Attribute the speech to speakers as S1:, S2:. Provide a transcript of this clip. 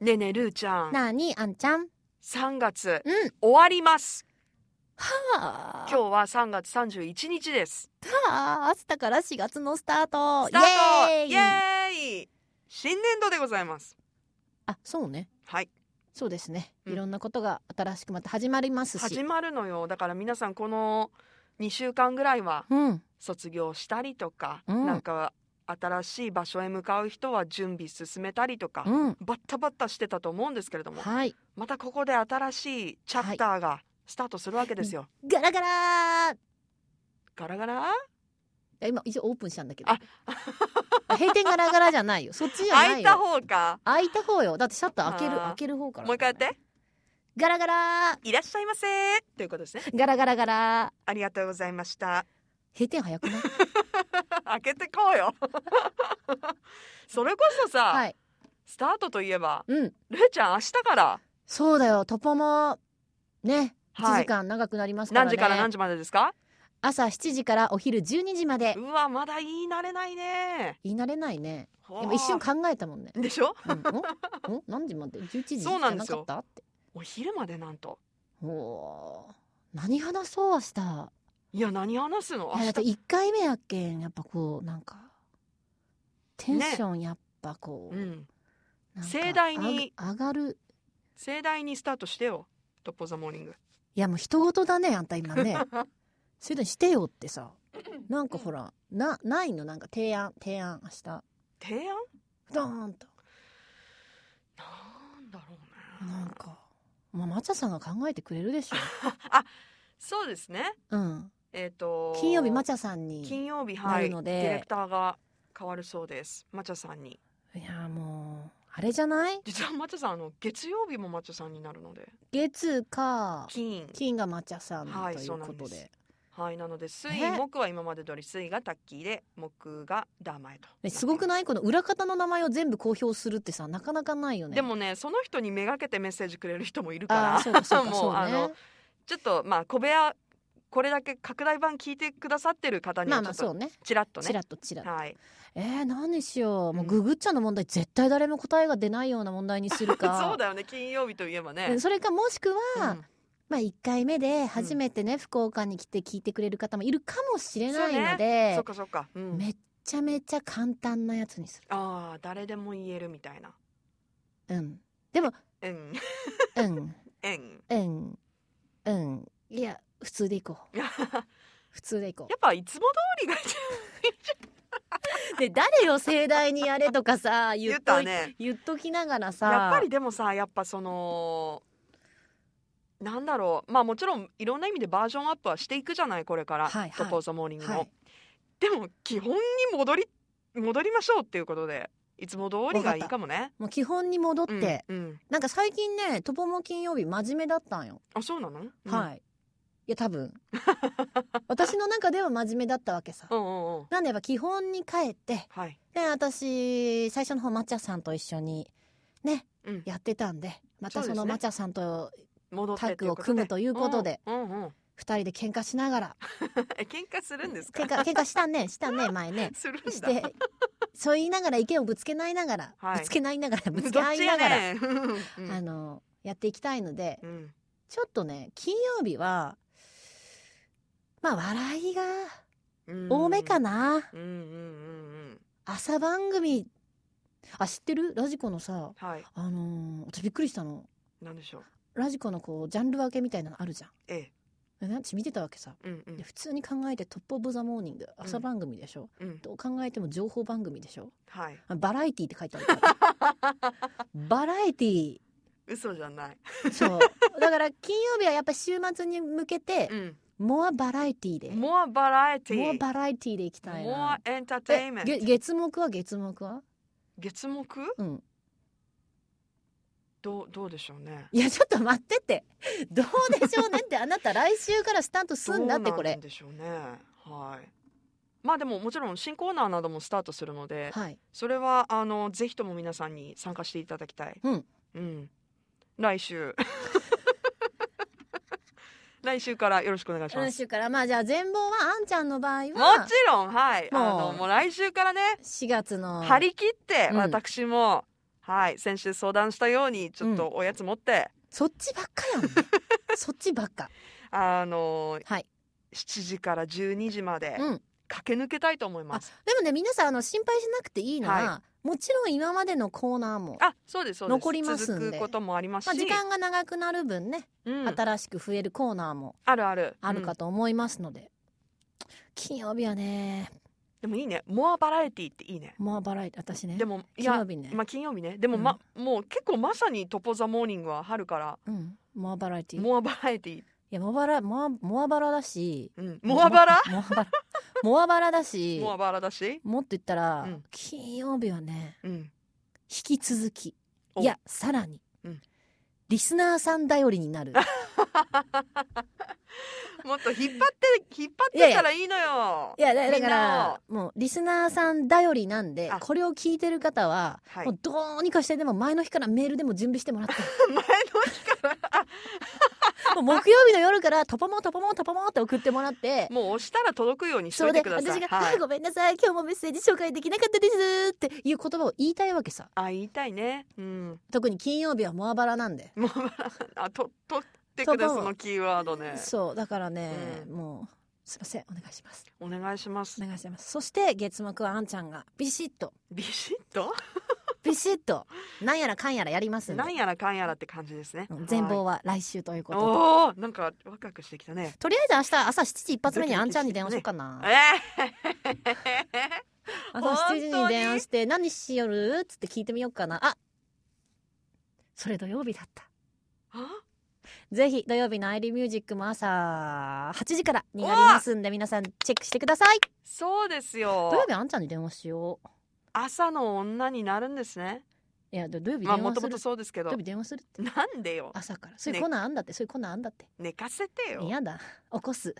S1: ねえねえルーちゃん
S2: なあに、あんちゃん。
S1: 3月
S2: うん。
S1: 終わります
S2: はあ。
S1: 今日は3月31日です
S2: はあ、明日から4月のスタート。
S1: スタート
S2: イエーイ
S1: イエーイ新年度でございます
S2: あ、そうね。
S1: はい
S2: そうですね。
S1: うん
S2: いろんなことが新しくまた始まります
S1: 始
S2: し。
S1: まるのよだから皆さんこの2週間ぐらいは
S2: うん。
S1: 卒業したりとか、
S2: うん
S1: なんか新しい場所へ向かう人は準備進めたりとか、
S2: うん。
S1: バッタバッタしてたと思うんですけれども
S2: はい。
S1: またここで新しいチャプターがスタートするわけですよ、
S2: ガラガラー
S1: ガラガラ
S2: いや今、一応オープンしたんだけど
S1: あ。
S2: あ閉店ガラガラじゃないよ。そっちじゃな
S1: 開
S2: い
S1: いた
S2: よ。
S1: 方か
S2: 開いた方よ。だってシャッター開ける、
S1: あー
S2: 開ける方から。
S1: もう一回やって
S2: ガラガラー
S1: いらっしゃいませということですね
S2: ガラガラガラー
S1: ありがとうございました
S2: 閉店早くない
S1: 開けてこうよ それこそさ、
S2: はい。
S1: スタートといえば
S2: うん。
S1: ルーちゃん明日から
S2: そうだよ。トポも、ね。1
S1: はい
S2: 時間長くなりますから
S1: 何
S2: ね。
S1: 時から何時までですか
S2: 朝7時からお昼12時まで
S1: うわまだ言い慣れないね
S2: 言い慣れないね
S1: ほう
S2: 今一瞬考えたもんね、
S1: でしょ
S2: うん、 おお何時まで11時じ
S1: そ
S2: ゃ
S1: うなん
S2: な
S1: です
S2: か
S1: よ
S2: ったって
S1: お昼までなんと
S2: おー何話そうした
S1: いや何話すの
S2: いやだって
S1: 明日
S2: 1回目やっけんやっぱこうなんかテンションやっぱこう、
S1: うん
S2: なんか
S1: 盛大に
S2: あが上がる
S1: 盛大にスタートしてよトップオブザモーニング
S2: いやもう人事だねあんた今 ねそれでしてよってさなんかほらなないのなんか提案提案明日
S1: 提案
S2: ドーンと
S1: なんだろうね
S2: なんかまあマチャさんが考えてくれるでしょ
S1: そうですね
S2: うん、
S1: えっ、と
S2: 金曜日マチャさんに
S1: 金曜日
S2: な
S1: はい
S2: る
S1: デ
S2: の
S1: ィ
S2: で
S1: レクターが変わるそうですマチャさんに
S2: いやもうあれじゃない
S1: 実はマチャさんあの月曜日もマチャさんになるので
S2: 月か
S1: 金
S2: 金が抹茶さんと
S1: はい
S2: い
S1: そう
S2: う
S1: な
S2: こ
S1: んで
S2: と
S1: す
S2: で,、
S1: はいなので水
S2: ね
S1: 木は今まで通り水がタッキーで木がダーマエと
S2: ですごくないこの裏方の名前を全部公表するってさなかなかないよね
S1: でもねその人にめがけてメッセージくれる人もいるか
S2: あーそう
S1: ら
S2: かそうか
S1: も
S2: そうう
S1: あ
S2: ね
S1: のちょっとまあ小部屋これだけ拡大版聞いてくださってる方に
S2: ま
S1: は
S2: あ
S1: ち
S2: ま
S1: ょ
S2: あ
S1: っと
S2: そうね
S1: ちらっと
S2: ち
S1: ね
S2: らっとちらっと
S1: はい
S2: えー、何にしようもううんググっちゃんの問題絶対誰も答えが出ないような問題にするか
S1: そうだよね金曜日といえば
S2: う
S1: ね
S2: んそれかもしくは、
S1: うん
S2: まあ1回目で初めてね、福岡に来て聞いてくれる方もいるかもしれない
S1: そ
S2: の
S1: う
S2: で、
S1: そっかそっかうん
S2: めっちゃめちゃ簡単なやつにす
S1: ああ誰でも言えるみたいな
S2: るうん
S1: うん
S2: うん
S1: うん
S2: うんうんいや普通でいこう
S1: や
S2: 普通でいこ
S1: っぱいつも通りが
S2: うで誰よ盛大にやれとかさ言
S1: 言っ
S2: っと
S1: た
S2: い
S1: ね
S2: 言っときながらさ
S1: やっぱりでもさやっぱそのなんだろうまあもちろんいろんな意味でバージョンアップはしていくじゃないこれから「
S2: はいはい
S1: トポーザモーニングも」
S2: はい
S1: でも基本に戻り戻りましょうっていうことでいつも通りがいいかもね。
S2: もう基本に戻って、
S1: うんうん
S2: なんか最近ねトポも金曜日真面目だったんよ、
S1: あそうなの、うん、
S2: はいいや多 分私の中では真面目だったわけさ、
S1: うんうんうん
S2: なんでやっぱ基本に帰って
S1: はい
S2: で私最初の方抹茶さんと一緒にね、
S1: うん
S2: やってたんでまた
S1: そうで
S2: そ
S1: すね
S2: の抹茶さんと
S1: 戻って
S2: タッ
S1: っていう
S2: グを
S1: ことで
S2: 組むということで、
S1: うんうん うん、
S2: 二人で喧嘩しながら
S1: え喧嘩するんですか
S2: 喧嘩喧嘩したねしたね前ね
S1: するんだ
S2: してそう言いながら意見をぶつけないながら、
S1: はい
S2: ぶつけないな がらぶつけ
S1: どっ
S2: 合い
S1: ち
S2: な
S1: や
S2: がら、
S1: ねんうん
S2: あのやっていきたいので、
S1: うん
S2: ちょっとね金曜日はまあ笑いが
S1: うん
S2: 多めかな、
S1: うんうんうんうん
S2: 朝番組あ知ってるラジコのさ
S1: はい
S2: あのー私びっくりしたの
S1: なんでしょう
S2: ラジコのこうジャンル分けみたいなのあるじゃん
S1: ええ
S2: でな私見てたわけさ
S1: うんうん
S2: で普通に考えて「トップ・オブ・ザ・モーニング」朝番組でしょ、
S1: うん
S2: どう考えても情報番組でしょ
S1: はい
S2: あバラエティって書いてある からバラエティ
S1: 嘘じゃない
S2: そうだから金曜日はやっぱ週末に向けて
S1: うん
S2: モアバラエティでモ
S1: more variety
S2: アバラエティでいきたい
S1: more
S2: な
S1: entertainment
S2: えげ月目は月目は
S1: 月目
S2: うん
S1: どうどうでしょうね
S2: いやちょっと待ってってどうでしょうねってあなた来週からスタートすんだってこ
S1: どう
S2: れ
S1: なんでしょうねはいまあでももちろん新コーナーなどもスタートするので
S2: はい
S1: それはあのぜひとも皆さんに参加していただきたい
S2: うん、
S1: うん、来 週来週からよろしくお願いしま
S2: 来
S1: す
S2: 週からまあじゃあ全貌はあんちゃんの場合
S1: も
S2: は
S1: ちろんはいあ
S2: も
S1: の
S2: う
S1: もう来週からね
S2: 4月の
S1: 張り切って
S2: うん
S1: 私も、はい、先週相談したようにちょっとおやつ持って、
S2: そっちばっかやんねそっちばっか
S1: あの
S2: はい
S1: 7時から12時まで
S2: うん
S1: 駆け抜けたいと思います。
S2: でもね皆さんあの心配しなくていいのは、
S1: は
S2: もちろん今までのコーナーも
S1: あ、そうですそうです。
S2: 残りますんで
S1: 続くこともありますし、
S2: まあ、時間が長くなる分ね、
S1: うん、
S2: 新しく増えるコーナーも
S1: あるある
S2: あるか
S1: うん
S2: と思いますので、金曜日はね
S1: でもいいね、モアバラエティっていいね。
S2: まあバラエティ私ね
S1: でもい
S2: 金
S1: や
S2: 曜、日ね、
S1: まあ金曜日ね。でもま、もう結構まさにトポザモーニングは春から
S2: うん、モアバラエティい
S1: モアバラエティ、
S2: やモアバラモアモアバラだし
S1: うん、モアバラ？
S2: モアバラモアバラだし
S1: モアバラだし、
S2: もっと言ったら、
S1: うん
S2: 金曜日はね
S1: うん、
S2: 引き続き
S1: お
S2: いやさらに、
S1: うん
S2: リスナーさん頼りになる
S1: もっと引っ張って引っ張ってたらいいのよ。
S2: いやだ
S1: み
S2: だ
S1: ん
S2: か
S1: なを
S2: らもうリスナーさん頼りなんで
S1: あ
S2: これを聞いてる方は、
S1: はい
S2: もうどうにかしてでも前の日からメールでも準備してもらって
S1: 前の日から
S2: もう木曜日の夜からトポモトポモトポモって送ってもらって
S1: もう押したら届くようにし
S2: そ
S1: と
S2: れ
S1: い
S2: で
S1: てくださ
S2: 私
S1: い。
S2: が、
S1: は
S2: あ
S1: い、
S2: ごめんなさい今日もメッセージ紹介できなかったですっていう言葉を言いたいわけさ
S1: あ言いたいね。うん。
S2: 特に金曜日はモアバラなんで、
S1: もうあと取ってくれ
S2: そう
S1: そのキーワードね。
S2: そうだからね、
S1: う
S2: もうすいませんお願いします
S1: お願いします
S2: お。願いしますそして月目はあんちゃんがビシッと
S1: ビシッと。
S2: ビシッとなんやらかんやらやりますんで
S1: なんやらかんやらって感じですね。
S2: うん全貌は来週というこ
S1: はい。
S2: とで
S1: おおー、なんかワクワクしてきたね。
S2: とりあえず明日朝7時一発目にあんちゃんに電話しようかな、
S1: え
S2: 朝7時に電話して何しよるっつって聞いてみようかなあそれ土曜日だった
S1: ー、
S2: ぜひ土曜日のアイリーミュージックも朝8時からになりますんで皆さんチェックしてください
S1: そうです
S2: 土曜
S1: よ。
S2: 日あんちゃんに電話しよう
S1: 朝の女になるんですね。
S2: いやで土曜日
S1: まあ
S2: 電
S1: も
S2: 話
S1: と
S2: す
S1: も
S2: る、
S1: とそうですけ
S2: 土
S1: ど
S2: 曜日。電話するって
S1: なんでよ。
S2: 朝からそういう
S1: ね
S2: コーナーあんだってそういうコーナーあんだって
S1: 寝かせてよ。
S2: 嫌だ起こす